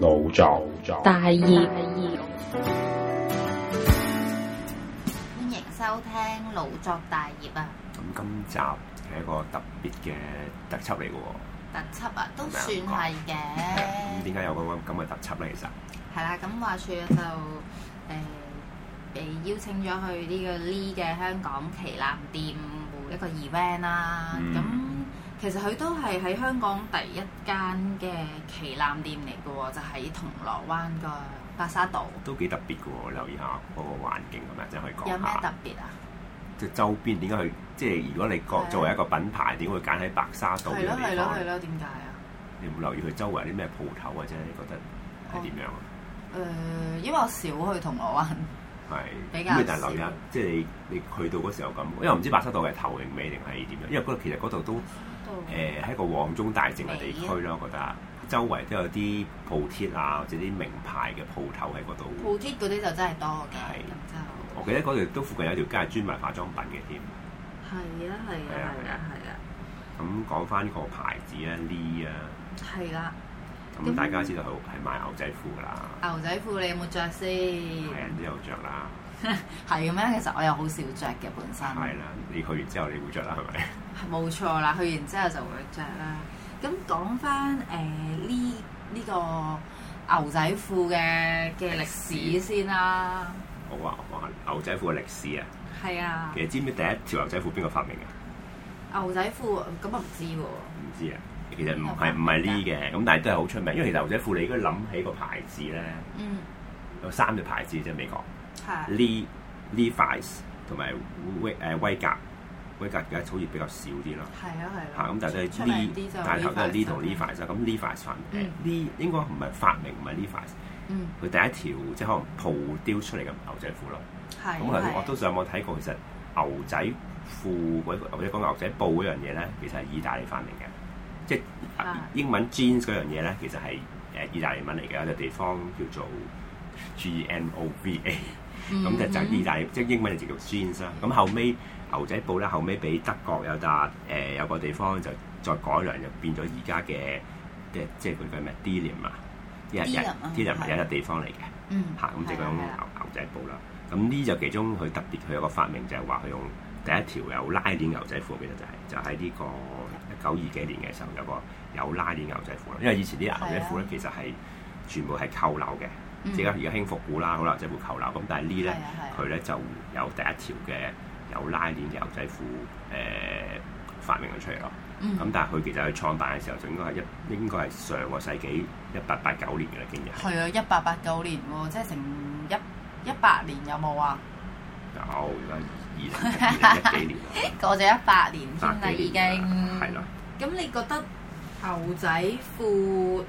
腦作大業，歡迎收聽《腦作大業》啊！咁今集係一個特別嘅特輯嚟嘅喎，特輯啊，都算係嘅。咁點解有個咁咁嘅特輯咧？其實係啦，咁話說就誒、呃被邀請咗去呢個 Lee 嘅香港旗艦店一個 event 啦。嗯咁、其實佢都係喺香港第一間嘅旗艦店嚟嘅喎，就喺銅鑼灣個白沙道。都幾特別嘅喎，留意下嗰個環境咁樣，即係可以有講咩特下。別啊？即係周邊點解佢即係如果你係啊覺作為一個品牌，點會揀喺白沙道嘅係咯係地咯方係咧？咯，點解啊？你有冇留意佢周圍有啲咩鋪頭或者你覺得係點哦樣啊？誒、因為我少去銅鑼灣，係比較咁你但係留意少下，即係你你去到嗰時候咁，因為我唔知白沙道係頭定尾定係點樣，因為嗰度其實嗰度都。誒係一個旺中帶靜嘅地區咯，我覺得周圍都有啲鋪貼啊，或者啲名牌嘅鋪頭喺嗰度。鋪貼嗰啲就真係多嘅，係咁就。我記得嗰度都附近有一條街係專賣化妝品嘅添。係啊，係啊，係啊，咁講翻個牌子咧，Lee 啊，係啊，係啦。咁咁大家知道佢係賣牛仔褲㗎啦，牛仔褲你有冇着先？係人都有着啦，係咁樣，其實我又好少着嘅本身。係啦，你去完之後你會着啦，係咪？冇錯啦，去完之後就會着啦。咁講翻誒呢呢個牛仔褲嘅嘅歷史先啦。好啊，我講下牛仔褲嘅歷史啊。係啊其，實知唔知第一條牛仔褲邊個發明嘅？牛仔褲咁我唔知喎。唔知啊。其實唔係唔係 Lee 嘅，咁但係都係好出名，因為其實牛仔褲你應該諗起個牌子咧。嗯，有三隻牌子啫，美國係 Lee、Levi's 同埋威誒威格，威格而家好似比較少啲啦。係啊，係嚇啊。咁，但係都係出 Lee，名啲就但係頭都係 Lee Levi's 同 Levi's 啦。咁 Levi's 發誒嗯 Lee 應該唔係發明，唔係 Levi's，嗯，佢第一條即係可能鋪雕出嚟嘅牛仔褲咯。係。咁我係我都上網睇過，其實牛仔褲或者或者講牛仔布嗰樣嘢咧，其實係意大利發明嘅，即係啊英文 jeans 嗰樣嘢咧，其實係誒意大利文嚟嘅，有隻地方叫做 G N O V A。咁嗯就就係意大利，即係英文就叫做 jeans 啦。咁後尾牛仔布咧，後尾俾德國有笪誒、呃有個地方就再改良，就變咗而家嘅嘅即係佢叫咩 Delium 啊，一日 Delium 啊一 Delium 係係一笪地方嚟嘅。嗯，嚇，咁即係係講啊牛係啊牛仔布啦。咁呢就其中佢特別佢有個發明就係話佢用第一條有拉鍊牛仔褲，我記得就係、就喺呢個一九二幾年嘅時候有個有拉鍊牛仔褲啦。因為以前啲牛仔褲咧其實係全部係扣紐嘅，啊嗯即係而家興復古啦，好啦，即係會扣紐。咁但係呢係咧啊係啊佢咧就有第一條嘅有拉鍊嘅牛仔褲誒、呃、發明咗出嚟咯。嗯咁但係佢其實佢創辦嘅時候就應該係一應該係上個世紀一八八九年嘅啦，已經係。係啊，一八八九年喎，即係成一一百年有冇啊？有而家二零哦二零一幾年啦，過咗一百年 添啦，百已幾經年啦，係啦。。咁你覺得牛仔褲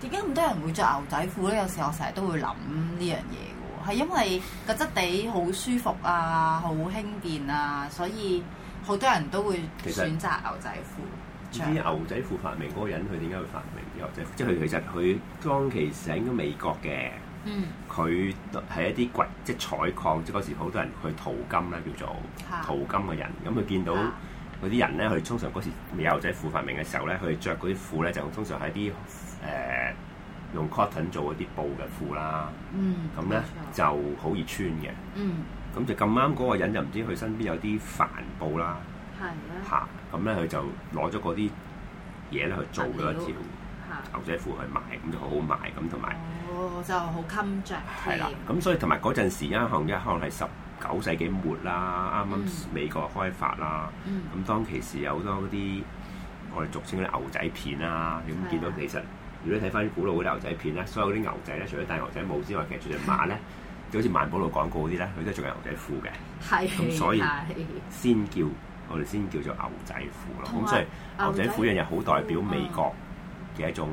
點解咁多人會着牛仔褲咧？有時我成日都會諗呢樣嘢嘅喎，係因為個質地好舒服啊，好輕便啊，所以好多人都會其實選擇牛仔唔褲知着。牛仔褲發明嗰個人，佢點解會發明啲牛仔褲？即係佢其實佢當其時係應該美國嘅，嗯，佢係一啲掘即係採礦，即係嗰時好多人去淘金啦，叫做嚇淘金嘅人。咁佢見到嚇嗰啲人咧，佢通常嗰時未有牛仔褲發明嘅時候咧，佢着嗰啲褲咧就通常係啲誒用 cotton 做嗰啲布嘅褲啦。嗯，咁咧冇錯就好易穿嘅。嗯咁就咁啱嗰個人就唔知佢身邊有啲帆布啦。係啊嚇，咁咧佢就攞咗嗰啲嘢咧去做咗啊一條嚇牛仔褲去賣，咁就好好賣咁同埋哦，就好襟着係添啦，咁所以同埋嗰陣時因為可能一可能係十九世紀末啦，啱嗯啱美國開發啦，嗯咁當其時有好多嗰啲我哋俗稱嗰啲牛仔片啦，係啊咁見到其實如果你睇翻古老嗰啲牛仔片咧，所有嗰啲牛仔咧，除咗戴牛仔帽之外，其實著隻馬咧，就好似萬寶路廣告嗰啲咧，佢都係著緊牛仔褲嘅。係咁所以係先叫我哋先叫做牛仔褲咯。同埋嗯咁所以牛仔褲樣嘢好代表美國嘅一種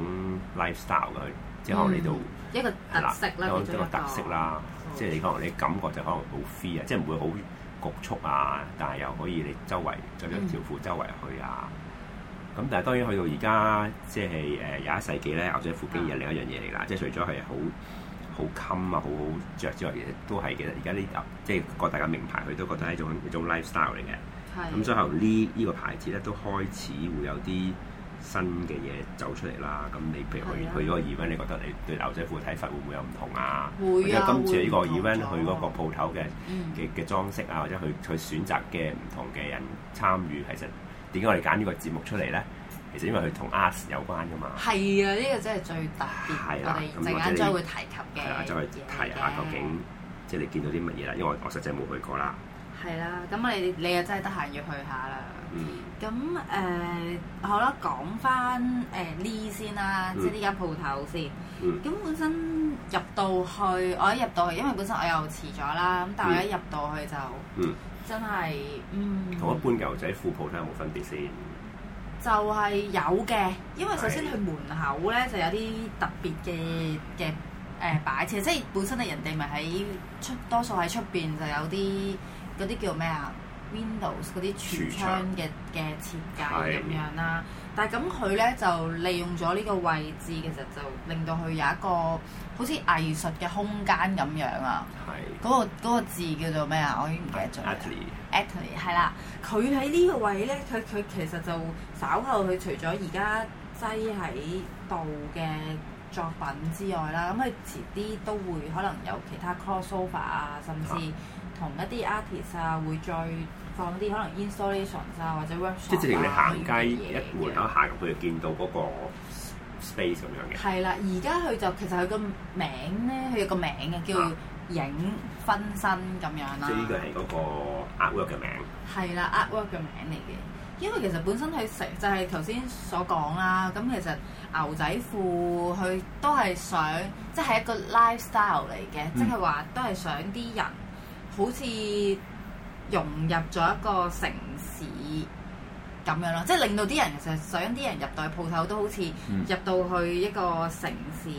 lifestyle 嘅，即係可能你度嗯一個係特啦色啦，有其中一個特色啦，即係你可能你感覺就可能好 free 啊，即係唔會好局促啊，但係又可以你周圍着咗條褲周圍去啊。咁但係當然去到而家即係誒呃廿一世紀咧，牛仔褲經已係另一樣嘢嚟啦，即係除咗係好。好襟啊，好好着之外，其實都係其實而家呢即係各大嘅名牌，佢都覺得係一種一種 lifestyle 嚟嘅。係咁所以後呢呢個牌子咧都開始會有啲新嘅嘢走出嚟啦。咁你譬如去係啊去嗰個 event，你覺得你對牛仔褲嘅睇法會唔會有唔同啊？或會者啊，今次呢個會唔同 event 咗佢嗰個鋪頭嘅嗯嘅嘅裝飾啊，或者佢佢選擇嘅唔同嘅人參與，其實點解我哋揀呢個節目出嚟咧？其實因為佢同 art 有關噶嘛。係啊，呢個真係最特別，係啦咁我哋陣或者間你將會提及嘅係啦，嘢走去睇下究竟即係你見到啲乜嘢啦，因為我我實際冇去過啦。係啦，咁你你又真係得閒要去下啦。嗯，咁誒、好啦，講翻誒呢先啦，嗯即係呢間鋪頭先。嗯咁本身入到去，我一入到去，因為本身我又遲咗啦，咁但係我一入到去就嗯啊真係嗯，同一般牛仔褲鋪睇有冇分別先？就係有嘅，因為首先係佢門口咧就有啲特別嘅嘅誒擺設，即係本身係人哋咪喺出多數喺出邊就有啲嗰啲叫咩啊 Windows 嗰啲櫥櫥窗窗嘅嘅設計係咁樣啦。但係咁佢咧就利用咗呢個位置，其實就令到佢有一個好似藝術嘅空間咁樣啊。係嗰、個嗰個字叫做咩啊？我已經唔記得咗啦。 Atlee Actually 係啦，佢喺呢個位咧，佢佢其實就稍後佢除咗而家擠喺度嘅作品之外啦，咁佢遲啲都會可能有其他 crossover 啊，甚至同一啲 artist 啊會再放啲可能 installations 啊或者 workshop 即係直情你行街啊一門口行入去就見到嗰個 space 咁樣嘅。係啦，而家佢就其實佢個名咧，佢有個名嘅叫啊影分身咁樣啦。即係呢個係嗰個 artwork 嘅名，係啦，artwork 嘅名嚟嘅。因為其實本身佢食就係頭先所講啦，咁其實牛仔褲佢都係想，即係一個 lifestyle 嚟嘅，嗯即係話都係想啲人好似融入咗一個城市咁樣咯，即係令到啲人其實想啲人入到去鋪頭都好似嗯入到去一個城市，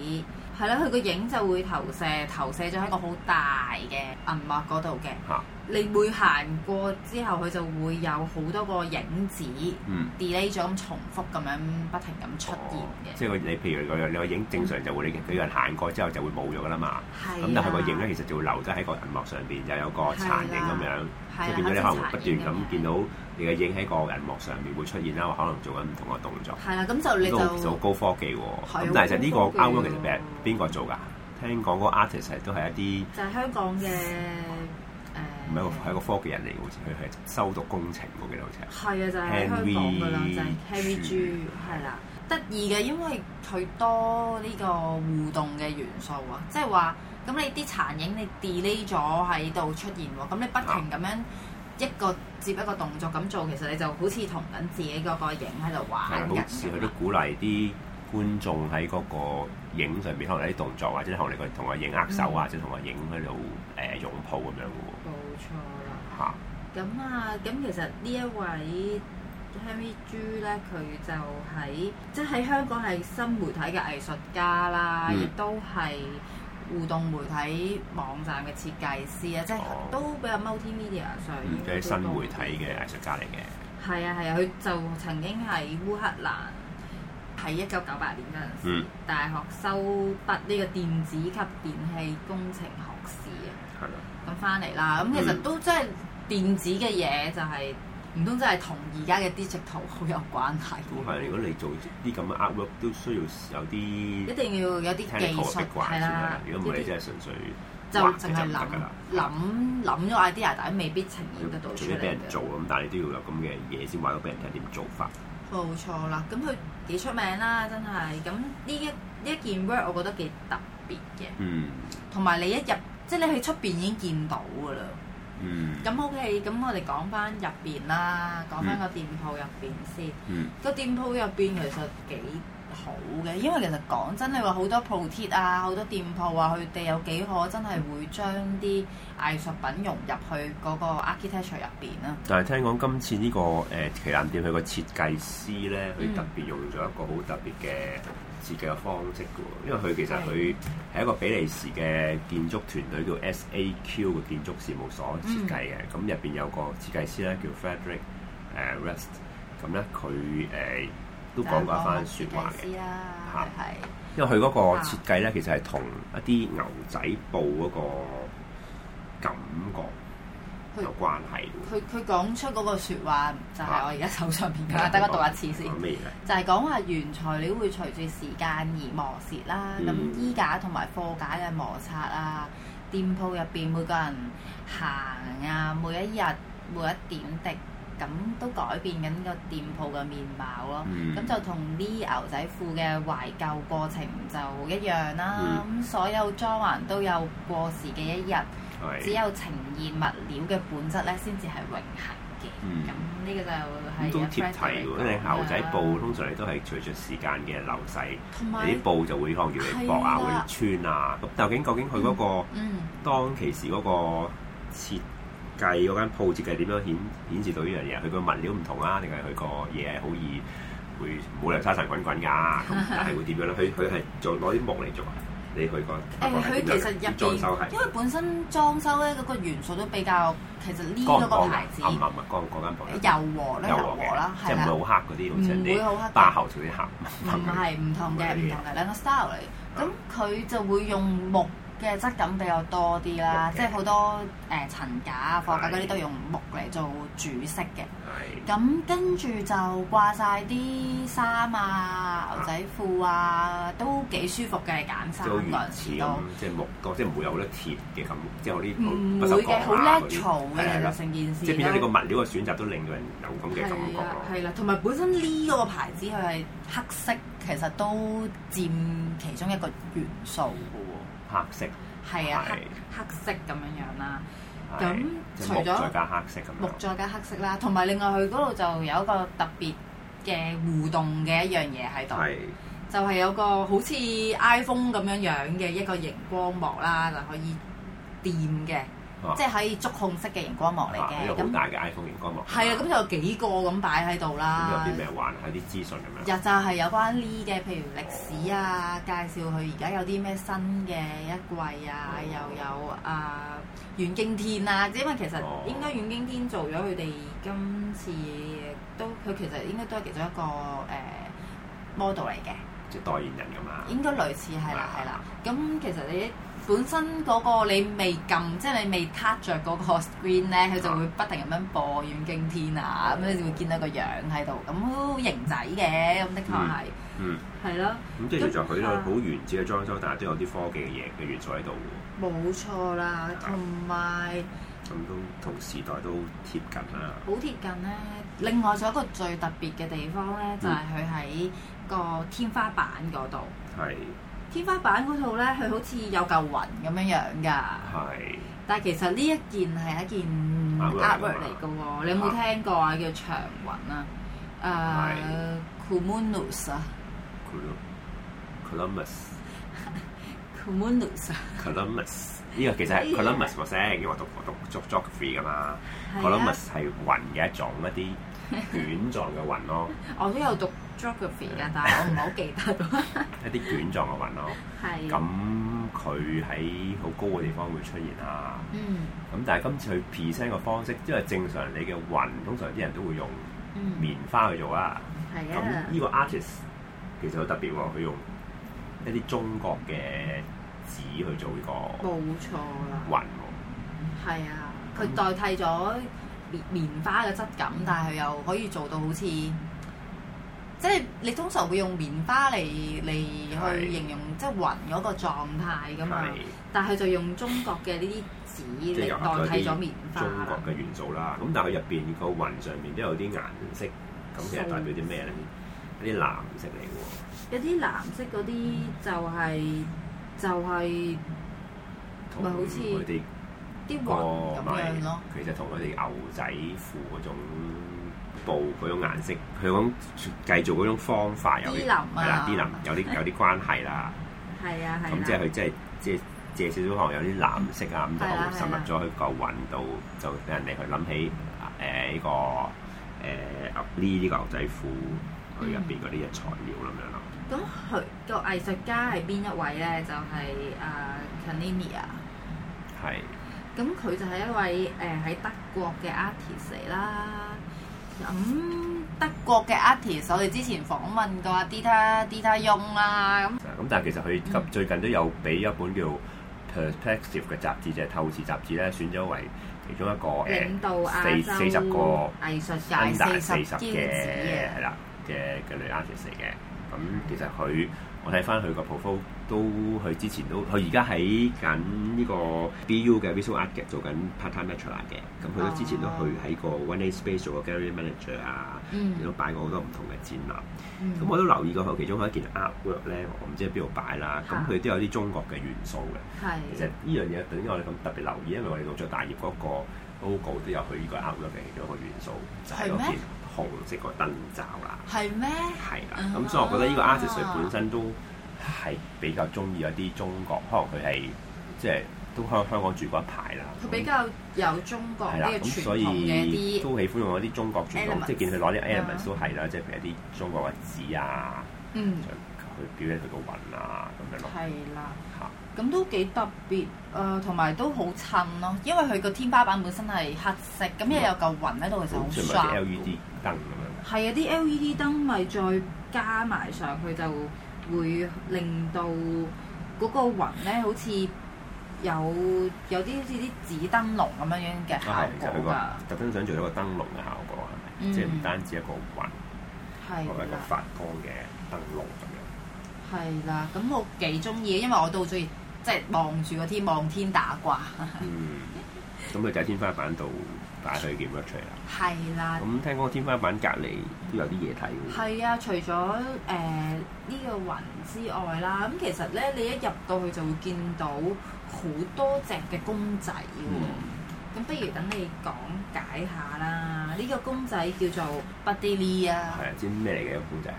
係啦，佢個影就會投射投射咗喺一個好大嘅銀幕嗰度嘅。嚇，你每行過之後，佢就會有好多個影子嗯， delay 咗咁重複咁樣不停咁出哦現嘅。即係佢你譬如佢有你個影正常就會你佢有人行過之後就會冇咗噶啦嘛。係啊咁但係個影咧，咧其實就會留咗喺個銀幕上邊，又有個殘影咁樣。即係係啦變咗你可能會不斷好似殘影咁見到你嘅影喺個銀幕上面會出現啦，可能做緊唔同嘅動作，係啦，啊咁就你呢個其實好就高科技喎。係咁但係其實呢個好高科 outwork 技其實喎係邊個做㗎？聽講嗰個 artist 係都係一啲就係香港嘅誒，唔係一個係一個科技人嚟嘅，好似佢係修讀工程我記得好似係。係啊，就係香港噶啦，就係 Henry Henry G 係啦，得意嘅，因為佢多呢個互動嘅元素啊，即係話咁你啲殘影你 delay 咗喺度出現喎，咁你不啊停咁樣一個接一個動作咁做，其實你就好似同緊自己嗰個影喺度玩係緊好似佢咁都啊。鼓勵啲觀眾喺嗰個影上面，可能有啲動作，或者可能你佢同個影握手啊，嗯或者同個影喺度誒擁抱咁樣嘅冇錯啦。喎嚇。咁啊，咁其實呢一位 Henry Chu 咧，佢就喺即係喺香港係新媒體嘅藝術家啦，嗯亦、都係互動媒體網站嘅設計師啊，即係哦都比較 multimedia 上嗯應即該係新都多媒體嘅藝術家嚟嘅。係啊係啊，佢就曾經喺烏克蘭喺一九九八年嗰陣時，嗯大學修畢呢個電子及電氣工程學士啊。係啦。咁翻嚟啦，咁其實嗯都真係電子嘅嘢就係唔通真係同而家嘅 digital 好有關係都係，如果啊你做啲咁嘅 artwork，都需要有一啲定要有啲技 technical 術嘅關係先得啦啦。，如果唔係一你啲真係純粹就畫嘅淨係唔諗得㗎啦。諗諗咗 idea，但係未必呈現得到要出最嚟緊俾人做啊嘅。咁，但係你都要有咁嘅嘢先話到俾人聽點做法。冇錯啦，咁佢幾出名啦，真係。咁呢一呢一件 work 我覺得幾特別嘅，嗯同埋你一入即係你喺出邊已經見到㗎啦。嗯咁 OK，咁我哋講翻入邊啦，講翻個店鋪入邊先。嗯個店鋪入邊其實幾好嘅，因為其實講真，你話好多鋪貼啊，好多店鋪啊，佢哋有幾可真係會將啲藝術品融入去嗰個 architecture 入邊啊啦。但係聽講今次呢個誒旗艦店佢個設計師咧，嗯佢特別用咗一個好特別嘅設計嘅方式嘅喎，因為佢其實佢係一個比利時嘅建築團隊叫 SAQ 嘅建築事務所設計嘅，嗯咁入邊有個設計師咧叫 Frederick 誒 Rest，咁咧佢誒都講過一番説話嘅設計。師啦，嚇係因為佢嗰個設計啊咧，其實係同一啲牛仔布嗰個感覺有關係嘅佢佢講出嗰個説話就係我而家手上邊喎。㗎啦，等我讀一次先講。啊咩嚟？就係講話原材料會隨住時間而磨蝕啦，咁、嗯衣架同埋貨架嘅摩擦啊，店鋪入邊每個人行啊，每一日每一點滴，咁都改變緊個店鋪嘅面貌咯。嗯咁、就同呢牛仔褲嘅懷舊過程就一樣啦。咁、嗯所有裝潢都有過時嘅一日。只係有呈現物料嘅本質咧，先至係永恆嘅。嗯咁呢個就咁係都貼題 Frederick 喎，因為講牛仔啦布通常你都係隨着時間嘅流逝，同你埋啲布就會可能越嚟越薄啊，係啦會越穿啊。咁究竟究竟佢嗰個嗯當其時嗰個設計嗰間鋪設計點樣顯顯示到呢樣嘢？佢個物料唔同啊，定係佢個嘢係好易會冇理由沙塵滾滾㗎？咁 但係會點樣咧？佢佢係做攞啲木嚟做啊？你去個誒，佢其實入裝修邊，係因為本身裝修咧嗰個元素都比較，其實呢光唔嗰個光㗎牌子暗唔暗啊？光唔光間鋪咧？柔和啦，有柔黃和啦，嘅，即係唔會好黑嗰啲，係啦，好似人唔會好黑哋嘅巴後嗰啲黑。唔係唔同嘅，唔同嘅兩個 style 嚟。嗯咁佢就會用木嘅質感比較多啲啦，木嘅即係好多誒層架啊、貨架嗰啲都用木嚟做主色嘅。係咁跟住就掛晒啲衫啊、牛仔褲啊，都幾舒服嘅揀衫即係好嗰原陣始時咁都。，即係木角，即係唔會有好多鐵嘅咁，即係有啲唔不會鏽嘅，好鋼啊嗰啲 natural 嘅係其啦實成件事即係都變咗你個物料嘅選擇都令到人有咁嘅感覺係啦咯。係啦，同埋本身呢個牌子佢係黑色，其實都佔其中一個元素嘅黑色，喎。係啊，係黑黑色咁樣樣啦，係咁即係除木咗再加黑色咁木樣，再加黑色啦，同埋另外佢嗰度就有一個特別嘅互動嘅一樣嘢喺度。係就係有個好似 iPhone 咁樣樣嘅一個熒光幕啦，就可以掂嘅，哦即係可以觸控式嘅熒光幕嚟啊呢個嘅。好咁大嘅 iPhone 熒光幕。係啊，咁就有幾個咁擺喺度咁啦有。啲咩玩啊？有啲資訊咁樣。日就係有關呢嘅，譬如歷史啊，介紹佢而家有啲咩新嘅一季啊，又有啊阮經天啊，因為其實哦應該阮經天做咗佢哋今次都，佢其實應該都係其中一個誒 model 嚟嘅。即係代言人咁啊，應該類似係啦，係啦。咁其實你本身嗰個你未撳，即係你未 touch 着嗰個 screen 咧，佢就會不停咁樣播《遠驚天》啊，咁你就會見到個樣喺度，咁都型仔嘅，咁的確係嗯，係咯，咁即係其實佢咁啊都好原始嘅裝修，但係都有啲科技嘅嘢嘅元素喺度喎，冇錯啦，同埋咁都同時代都貼近啦。好貼近咧。另外仲有一個最特別嘅地方咧，就係佢喺個天花板嗰度。係天花板嗰度咧，佢好似有嚿雲咁樣樣㗎。係但係其實呢一件係一件啊 artwork 嚟嘅喎，你有冇聽過啊？叫長雲啊，誒 Cumulus 啊 Columbus。 ，Cumulus 啊 Columbus 呢個其實係 Columbus 我寫，因為我讀我讀 geography 噶嘛。Columbus 啊係啊雲嘅一種一啲卷狀嘅雲咯，我都有讀 geography 啊㗎，但係我唔係好記得咗。一啲卷狀嘅雲咯。咁 係，啊佢喺好高嘅地方會出現啊。嗯咁但係今次佢 present 嘅方式，因為正常你嘅雲通常啲人都會用嗯，棉花去做啊。係咁啊，呢個 artist 其實好特別喎，佢用一啲中國嘅紙去做呢個冇啊錯啦，雲喎。係啊，嗯佢代替咗棉棉花嘅質感，但係佢又可以做到好似。即係你通常會用棉花嚟嚟去係形容即係雲嗰個狀態㗎嘛，係。但係佢就用中國嘅呢啲紙即係又嚟合代替咗咗啲棉花中國啦。嘅元素啦。咁但係佢入邊個雲上面都有啲顏色，咁其實代表啲咩咧？一啲藍色嚟嘅有啲藍色嗰啲就係、就係喎，咪好似同佢哋啲個雲咁樣咯。咪其實同佢哋牛仔褲嗰種布嗰種顏色，佢講製造嗰種方法有啲啲林啊係啦，啲林有啲有啲關係啦。係啊係啊。咁即係佢即係即係借少少可能有啲藍色啊，咁係啦就滲入係啦咗佢個雲度，就令人哋去諗起誒呢個誒呢呢個牛仔褲嗯佢入邊嗰啲嘅材料咁樣咯。咁佢個藝術家係邊一位咧？就係、啊 Canini 啊。係咁佢就係一位誒喺、德國嘅 artist 嚟啦。咁、德國嘅 artist，我哋之前訪問過 Dita Dita Young 啦，咁咁，但係其實佢嗯及最近都有俾一本叫 Perspective 嘅雜誌，就係透視雜誌咧，選咗為其中一個誒、領導亞四洲四十個藝術 under 界四十40嘅驕子係啦嘅嘅女 artist 嚟嘅。咁其實佢我睇翻佢個 profile 都佢之前都佢而家喺緊呢個 BU 嘅 visual art 嘅做緊 part time lecturer 嘅。咁佢都之前都去喺個 One A Space 做個 gallery manager 啊，亦都嗯，擺過好多唔同嘅展覽。嗯咁我都留意過佢其中有一件 artwork 咧，我唔知喺邊度擺啦。咁嚇佢都有啲中國嘅元素嘅。係其實呢樣嘢等我哋咁特別留意，因為我哋老咗大業嗰個 logo 都有佢呢個 outlook 嘅其中一個元素，就係嗰係件咩紅色個燈罩啦，係咩？係啦。啊咁所以我覺得呢個 artist 佢本身都係比較中意一啲中國，可能佢係即係都香香港住過一排啦。佢比較有中國嗯係呢啦，個咁傳所統嘅以一啲，都喜歡用一啲中國傳統， elements 即係見佢攞啲 elements 啊都係啦，即係譬如一啲中國嘅紙啊，嗯，去表現佢個雲啊咁樣咯係啦。嚇。咁都幾特別，誒、同埋都好襯咯，因為佢個天花板本身係黑色，咁嗯又有嚿雲喺度，其實好咁全部 sharp 啲 LED 燈咁樣。係啊，啲 LED 燈咪再加埋上去，就會令到嗰個雲咧，好似有有啲好似啲紙燈籠咁樣樣嘅都啊係，其實效佢果個㗎，特登想做一個燈籠嘅效果係咪？嗯即係唔單止一個雲，係或者一個啦，發光嘅燈籠咁係啦，咁我幾中意，因為我都好中意，即係望住個天望天打卦，樣。嗯，咁佢就喺天花板度擺佢件 work 出嚟啦。係啦。咁聽講天花板隔離都有啲嘢睇喎。係啊，除咗誒呢個雲之外啦，咁其實咧你一入到去就會見到好多隻嘅公仔嗯喎。咁、不如等你講解下啦。呢、個公仔叫做 b u d d y l 啊，係啊，知唔知咩嚟嘅公仔？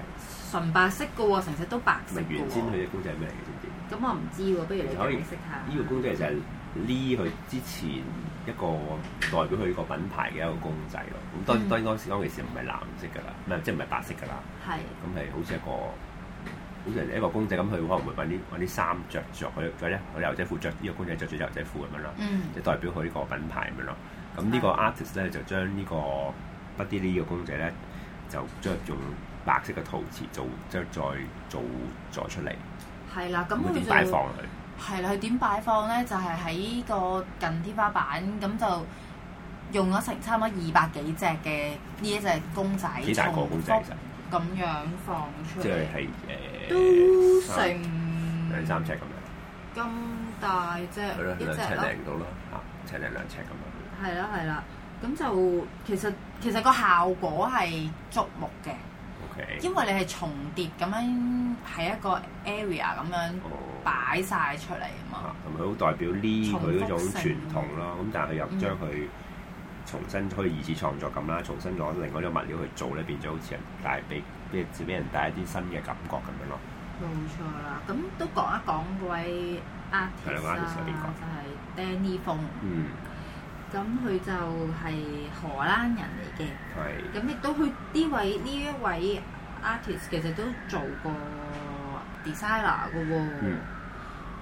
純白色嘅喎，成隻都白色咪嘅原先佢喎。隻公仔係咩嚟嘅？知唔知？咁我唔知喎，不如你可以解釋下。呢個公仔就係呢佢之前一個代表佢個品牌嘅一個公仔咯。咁當嗯當當時當其時唔係藍色㗎啦，唔係即係唔係白色㗎啦。係咁係好似一個，好似係一個公仔咁，佢可能會揾啲揾啲衫着着佢，或者佢牛仔褲着呢個公仔着住牛仔褲咁樣咯，嗯即係代表佢呢個品牌咁樣咯。咁呢個啊 artist 咧就將呢個 b u d d y 呢個公仔咧，就將用白色嘅陶瓷做，將再做咗出嚟。係啦，咁咁佢點佢擺就放佢？係啦，佢點擺放咧？就係喺個近天花板咁就用咗成差唔多二百幾隻嘅呢一隻公仔，幾大個公仔其實，重複咁樣放出即係嚟，係都誒三成兩三尺咁樣，咁大隻係咯一兩隻尺咯，零到啦，嚇尺零兩尺咁樣。係啦係啦。咁就其實其實個效果係觸目嘅， OK，因為你係重疊咁樣喺一個 area 咁樣哦擺晒出嚟啊嘛。啊同埋好代表呢重佢嗰複種傳性統咯。咁但係佢又嗯將佢重新可以二次創作咁啦，重新攞另外一個物料去做咧，變咗好似人帶俾俾俾人帶一啲新嘅感覺咁樣咯。冇錯啦，咁都講一講嗰位 artist 係啦啦，artist 係邊個，就係 Danny Fong，嗯，咁佢就係荷蘭人嚟嘅，係咁亦都佢呢位呢一位 artist 其實都做過 designer 嘅喎，嗯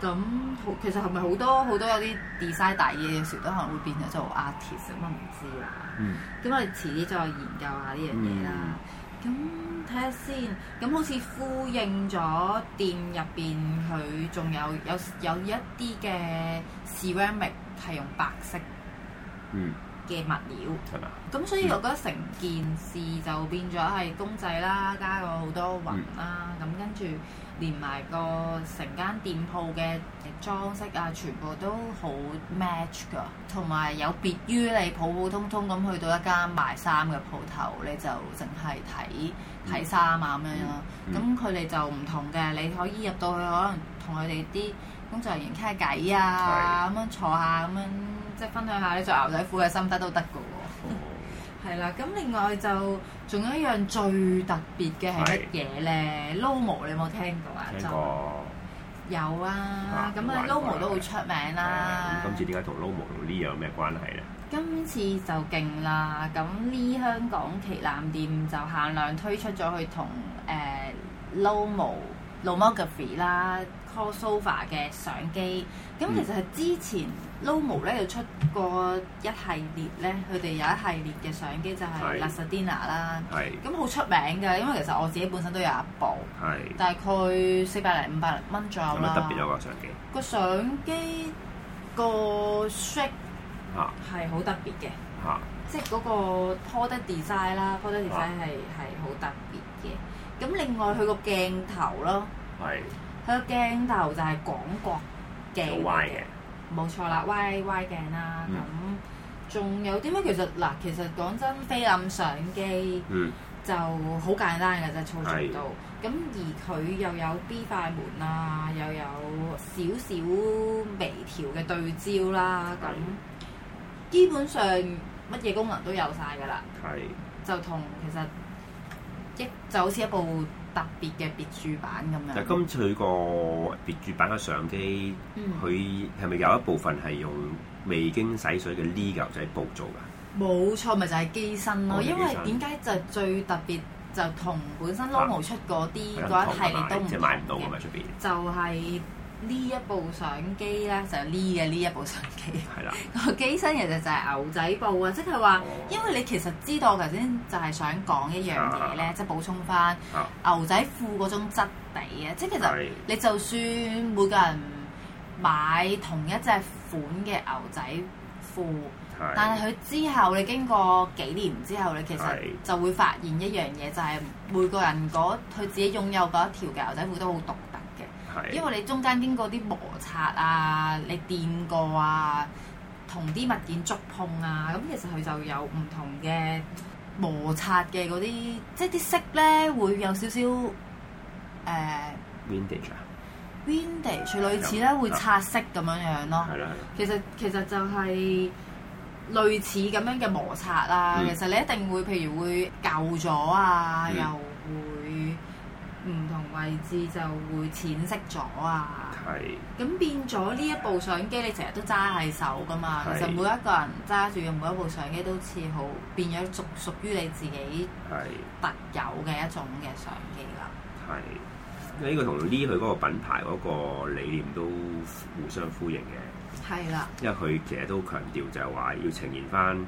咁好、其實係咪好多好多有啲 design 大嘢有時都可能會變咗做 artist 咁我啊唔知啦。嗯咁我哋遲啲再研究下呢樣嘢啦。咁睇下先，咁好似呼應咗店入邊佢仲有有有一啲嘅 ceramic 係用白色嗯嘅物料，係嘛？咁所以我覺得成件事就變咗係公仔啦，加咗好多雲啦，咁、跟住連埋個成間店鋪嘅裝飾啊，全部都好 match 㗎，同埋有別於你普普通通咁去到一間賣衫嘅鋪頭，你就淨係睇睇衫啊咁樣咯。嗯咁佢哋就唔同嘅，你可以入到去可能同佢哋啲工作人員傾下偈啊，咁樣坐下咁樣，即係分享下你着牛仔褲嘅心得都得㗎喎。哦係啦，咁另外就仲有一樣最特別嘅係乜嘢咧？Lomo 你有冇聽過啊？聽就過有啊啊，咁啊玩過 Lomo 都好出名啦。咁今次點解同 Lomo 同呢有咩關係咧？今次就勁啦，咁呢香港旗艦店就限量推出咗佢同誒 Lomo Lomography 啦 Crossover 嘅相機。咁嗯其實係之前 Lomo 咧就出過一系列咧，佢哋有一系列嘅相機就係係 Laserdina 啦。係咁好出名嘅，因為其實我自己本身都有一部，係大概四百零五百零蚊左右有乜啊啦。特別有個相機？個相機個 shape 嚇係好特別嘅，嚇即係嗰個 product design 啦啊，product design 係係好特別嘅。咁另外佢個鏡頭咯，係佢個鏡頭就係廣角鏡好歪嘅，啊冇錯啦，Y Y 鏡啦。嗯咁仲有啲咩？其實嗱，其實講真，菲林相機嗯就好簡單嘅啫，操作係到。咁而佢又有 B 快門啦，又有少少微調嘅對焦啦，咁基本上乜嘢功能都有晒㗎啦。係就同其實一就好似一部特別嘅別注版咁樣。但今次佢個別注版嘅相機，嗯佢係咪有一部分係用未經洗水嘅呢牛仔啊布做㗎？冇錯，咪就係機身哦咯。因為機身點解就係最特別就同本身 Lomo 出嗰啲嗰一系列都唔啊即係同買唔到㗎嘛嘅，出邊，就係呢一部相機咧，就係呢嘅呢一部相機。 係啦，個機身其實就係牛仔布啊，即係話哦，因為你其實知道，我頭先就係想講一樣嘢咧，即係補充翻啊牛仔褲嗰種質地啊，即係其實係你就算每個人買同一隻款嘅牛仔褲，但係係佢之後你經過幾年之後，你其實係就會發現一樣嘢，就係每個人嗰佢自己擁有嗰一條嘅牛仔褲都好獨特嘅。係因為你中間經過啲摩擦啊，你掂過啊，同啲物件觸碰啊，咁其實佢就有唔同嘅摩擦嘅嗰啲，即係啲色咧會有少少誒 vintage 啊， vintage 類似咧，會擦色咁樣樣咯。係啦係啦，其實其實就係類似咁樣嘅摩擦啦。嗯其實你一定會譬如會舊咗啊，嗯又會唔同位置就會淺色咗啊。係咁變咗呢一部相機，你成日都揸喺手噶嘛。係其實每一個人揸住嘅每一部相機都似好變咗屬屬於你自己係特有嘅一種嘅相機啦。係。呢個同呢佢嗰個品牌嗰個理念都互相呼應嘅，係啦，因為佢其實都強調就係話要呈現翻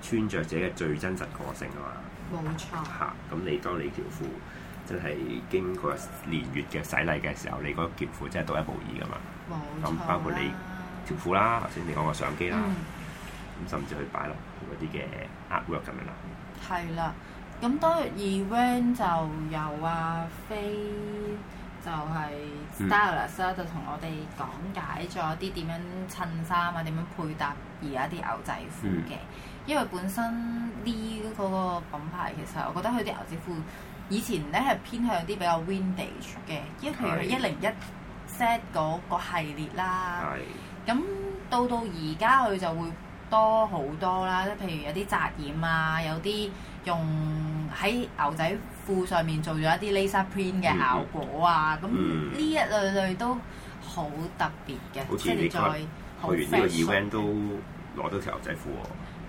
穿着者嘅最真實個性啊嘛。冇錯，嚇，咁你當你條褲真係經過年月嘅洗禮嘅時候，你嗰條褲真係獨一無二噶嘛？冇錯咁包括你啦條褲啦，頭先你講個相機啦，嗯咁、甚至去擺落嗰啲嘅 artwork 咁樣啦，係啦，咁當然 event 就有啊，飛就係嗯 stylist 啦，就同我哋講解咗啲點樣襯衫啊，點樣配搭而家啲牛仔褲嗯嘅。因為本身呢嗰個品牌其實我覺得佢啲牛仔褲以前咧係偏向啲比較 vintage 嘅，因為譬如係一零一 set 嗰個系列啦。係咁到到而家佢就會多好多啦，即係譬如有啲紮染啊，有啲用喺牛仔褲上面做咗一啲 laser print 嘅效果啊，咁呢、嗯一類類都好特別嘅，好似即係你你再嗰日去好啊完呢個 fashion event 都攞到條牛仔褲喎，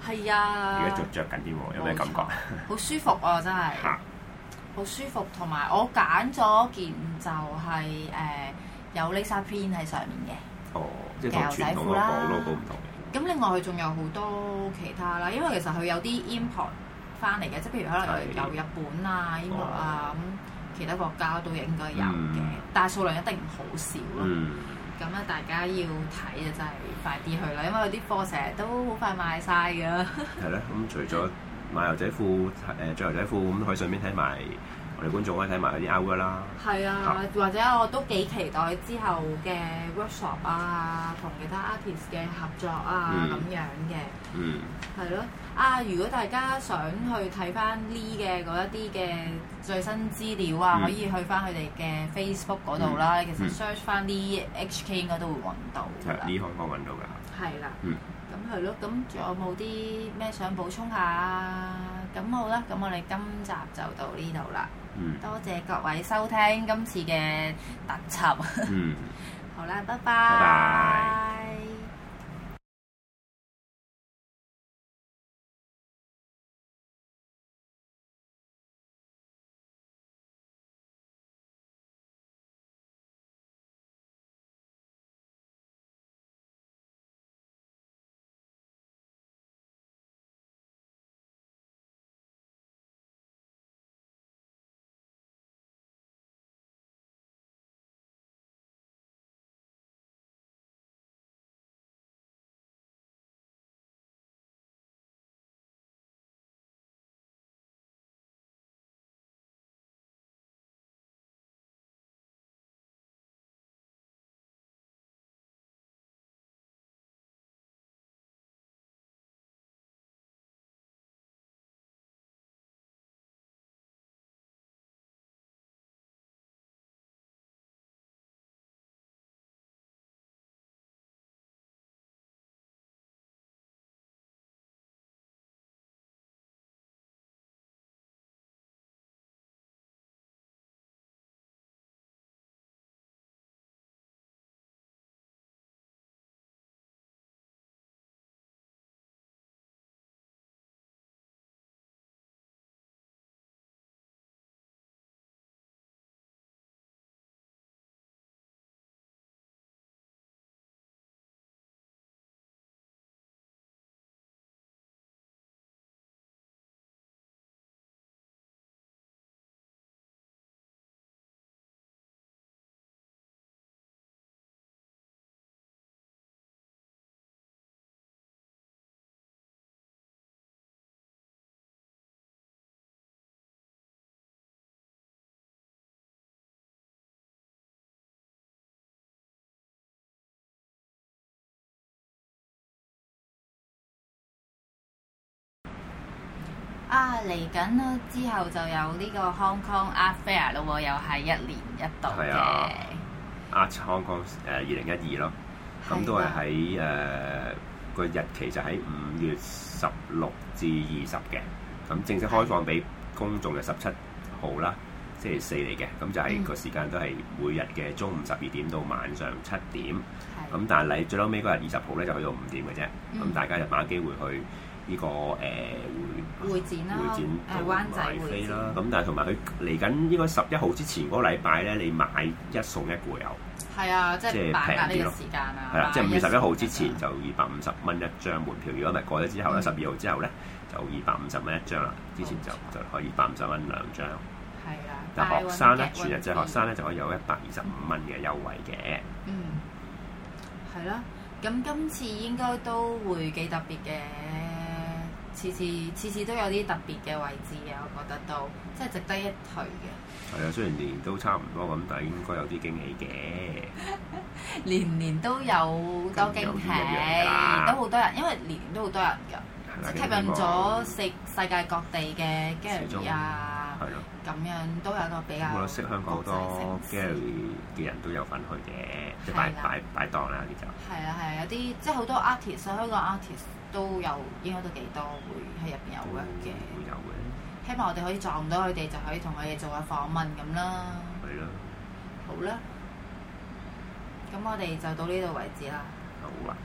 係啊而，家着着緊啲喎，有咩感覺冇好舒服啊，真係嚇？好舒服，同埋我揀咗件就係、誒、有 laser print 喺上面嘅。哦，即係同傳統牛仔褲嗰啦個 logo 唔同嘅，咁另外佢仲有好多其他啦，因為其實佢有啲 import 翻嚟嘅，即係譬如可能係哦有日本啊、英國啊咁，其他國家都應該有嘅，嗯但係數量一定好少咯。嗯，咁咧、大家要睇就真係快啲去啦，因為佢啲貨成日都好快賣晒 㗎。係啦，咁除咗買牛仔褲，誒着牛仔褲，咁可以順便睇埋我哋觀眾可以睇埋嗰啲 outwork 啦，係啊，或者我都幾期待之後嘅 workshop 啊，同其他 artist 嘅合作啊嗯咁、樣嘅。嗯。係咯，啊！如果大家想去睇翻呢嘅嗰一啲嘅最新資料啊，嗯可以去翻佢哋嘅 Facebook 嗰度啦。其嗯實 search 翻呢 HK 應該都會揾到㗎啦係。呢行方揾到㗎，係啦，嗯咁係咯，咁仲有冇啲咩想補充下啊？咁好啦，咁我哋今集就到呢度啦。嗯多謝各位收聽今次嘅特 輯。嗯。好啦，拜拜。拜啊嚟緊啦之後就有呢個 Hong Kong Art Fair 咯喎，又係一年一度嘅，係啊 Art Hong Kong 誒二零一二咯，啊咁都係啦喺誒個日期就喺五月十六至二十嘅，咁正式開放俾公眾嘅十七號啦，星期四嚟嘅，咁就係嗯個時間都係每日嘅中午十二點到晚上七點，係咁但係你最後尾嗰日二十號咧就去到五點嘅啫，咁、嗯大家就把握機會去呢、個誒、呃會會展啦會展誒度灣仔買會飛展啦，咁但係同埋佢嚟緊呢個十一號之前嗰個禮拜咧，你買一送一個有。係啊，即即係係把握平呢啲個咯時間啊，係啦，即係五月十一號之前係就二百五十蚊一張門票，如果唔係過咗之後咧，嗯十二號之後咧就二百五十蚊一張啦，之前就冇錯就可以二百五十蚊兩張。啦。但哦大學生咧運，全日制運動學生咧就可以有一百二十五蚊嘅優惠嘅。嗯，係啦。咁今次應該都會幾特別嘅，次次次次都有啲特別嘅位置嘅，我覺得都即係值得一提嘅。係啊，雖然年年都差唔多咁，但係應該有啲驚喜嘅。年年都有好多驚有啲喜一樣㗎啦，都好多人，因為年年都好多人㗎，係啦即係吸引咗世世界各地嘅始終 gallery 啊，係咯，咁樣都有個比較咁我識香港好多國際城市 gallery 嘅人都有份去嘅，即係係擺啦擺擺檔啦呢就。係啊係啊，有啲即係好多 artist，香啊港 artist 都有，應該都幾多會喺入邊有 work 嘅。嗯會有嘅，希望我哋可以撞到佢哋，就可以同佢哋做下訪問咁啦。係咯，好啦，咁我哋就到呢度為止啦。好啊，